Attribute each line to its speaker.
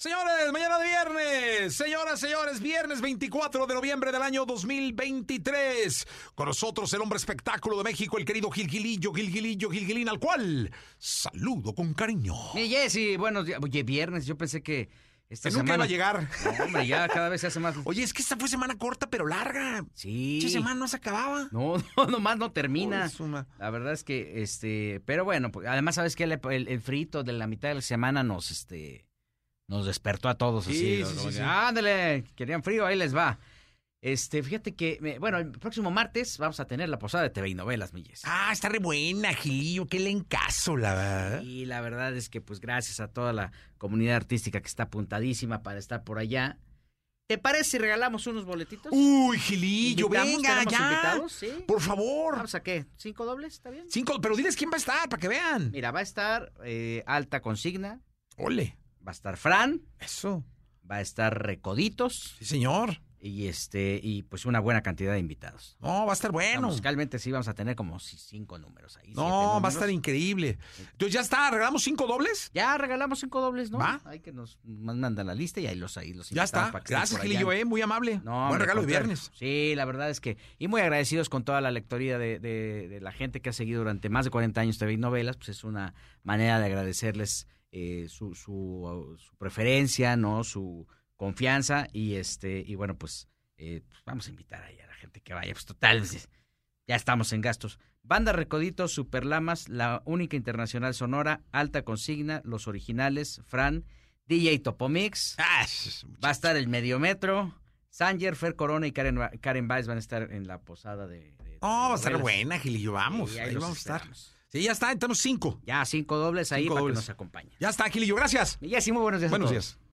Speaker 1: Señores, mañana de viernes, señoras, señores, viernes 24 de noviembre del año 2023. Con nosotros el hombre espectáculo de México, el querido Gilgilillo, Gilgilillo, Gilgilín, al cual saludo con cariño.
Speaker 2: Y Jessy, bueno, oye, viernes, yo pensé que esta
Speaker 1: Que nunca
Speaker 2: semana...
Speaker 1: iba a llegar.
Speaker 2: No, hombre, ya cada vez se hace más...
Speaker 1: Oye, es que esta fue semana corta pero larga.
Speaker 2: Sí.
Speaker 1: Esta semana no se acababa.
Speaker 2: No, no, nomás no termina.
Speaker 1: Uy, suma.
Speaker 2: La verdad es que, este, pero bueno, pues, además sabes que el, el- el frito de la mitad de la semana nos, este, nos despertó a todos.
Speaker 1: Sí,
Speaker 2: así,
Speaker 1: sí,
Speaker 2: como
Speaker 1: sí,
Speaker 2: que,
Speaker 1: sí.
Speaker 2: Ándale, querían frío, ahí les va. Este, fíjate que, me- bueno, el próximo martes vamos a tener la posada de TV y novelas, Milles.
Speaker 1: Ah, está re buena, Gilillo, que le encaso, la verdad.
Speaker 2: Y la verdad es que, pues, gracias a toda la comunidad artística que está apuntadísima para estar por allá. ¿Te parece si regalamos unos boletitos?
Speaker 1: Uy, Gilillo,
Speaker 2: ¿Invitamos?
Speaker 1: venga,
Speaker 2: ¿Tenemos
Speaker 1: ya.
Speaker 2: invitados? Ah, Sí.
Speaker 1: Por favor.
Speaker 2: ¿Vamos a qué? ¿Cinco dobles? ¿Está bien?
Speaker 1: Cinco, pero diles quién va a estar para que vean.
Speaker 2: Mira, va a estar eh, Alta Consigna,
Speaker 1: Ole.
Speaker 2: va a estar Fran,
Speaker 1: Eso.
Speaker 2: va a estar Recoditos
Speaker 1: Sí, señor.
Speaker 2: y este y pues una buena cantidad de invitados.
Speaker 1: No, va a estar bueno.
Speaker 2: Bueno. Musicalmente sí vamos a tener como si- cinco números ahí. siete
Speaker 1: No, va a
Speaker 2: números.
Speaker 1: estar increíble. Entonces ya está, regalamos cinco dobles.
Speaker 2: Ya regalamos cinco dobles, ¿no?
Speaker 1: Va.
Speaker 2: Hay que nos mandan la lista y ahí los ahí los
Speaker 1: Ya
Speaker 2: invitamos
Speaker 1: está.
Speaker 2: para que estén
Speaker 1: Gracias,
Speaker 2: por allá.
Speaker 1: Gilillo, eh, muy amable.
Speaker 2: No,
Speaker 1: Buen
Speaker 2: hombre,
Speaker 1: regalo de
Speaker 2: contrario.
Speaker 1: viernes.
Speaker 2: Sí, la verdad es que. Y muy agradecidos con toda la lectoría de, de- de la gente que ha seguido durante más de 40 años TV y novelas. Pues es una manera de agradecerles eh, su, su, su preferencia, ¿no? Su confianza. Y este y bueno, pues, eh, pues vamos a invitar ahí a la gente que vaya. Pues total, pues, ya estamos en gastos. Banda Recoditos, Superlamas, La Única Internacional Sonora, Alta Consigna, Los Originales, Fran, DJ Topomix.
Speaker 1: Ah, es-
Speaker 2: Va a estar el Mediometro. Sanger, Fer Corona y Karen, Ba- Karen Baez van a estar en la posada de. de-
Speaker 1: No, Oh, va a estar
Speaker 2: novelas.
Speaker 1: buena, Gilillo, vamos.
Speaker 2: Y
Speaker 1: ahí
Speaker 2: los
Speaker 1: vamos a estar.
Speaker 2: esperamos.
Speaker 1: Sí, ya está, entramos cinco.
Speaker 2: Ya, cinco dobles ahí
Speaker 1: Cinco
Speaker 2: para
Speaker 1: dobles.
Speaker 2: que nos acompañen.
Speaker 1: Ya está, Gilillo, gracias.
Speaker 2: Y así, muy buenos días. a
Speaker 1: Buenos
Speaker 2: todos.
Speaker 1: días.